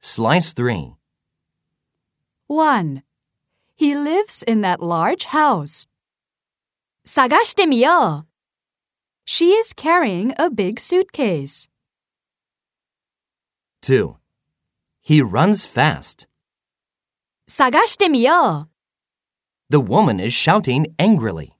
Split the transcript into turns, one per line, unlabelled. Slice 3.
1. He lives in that large house. 探してみよう. She is carrying a big suitcase.
2. He runs fast.
探してみよう.
The woman is shouting angrily.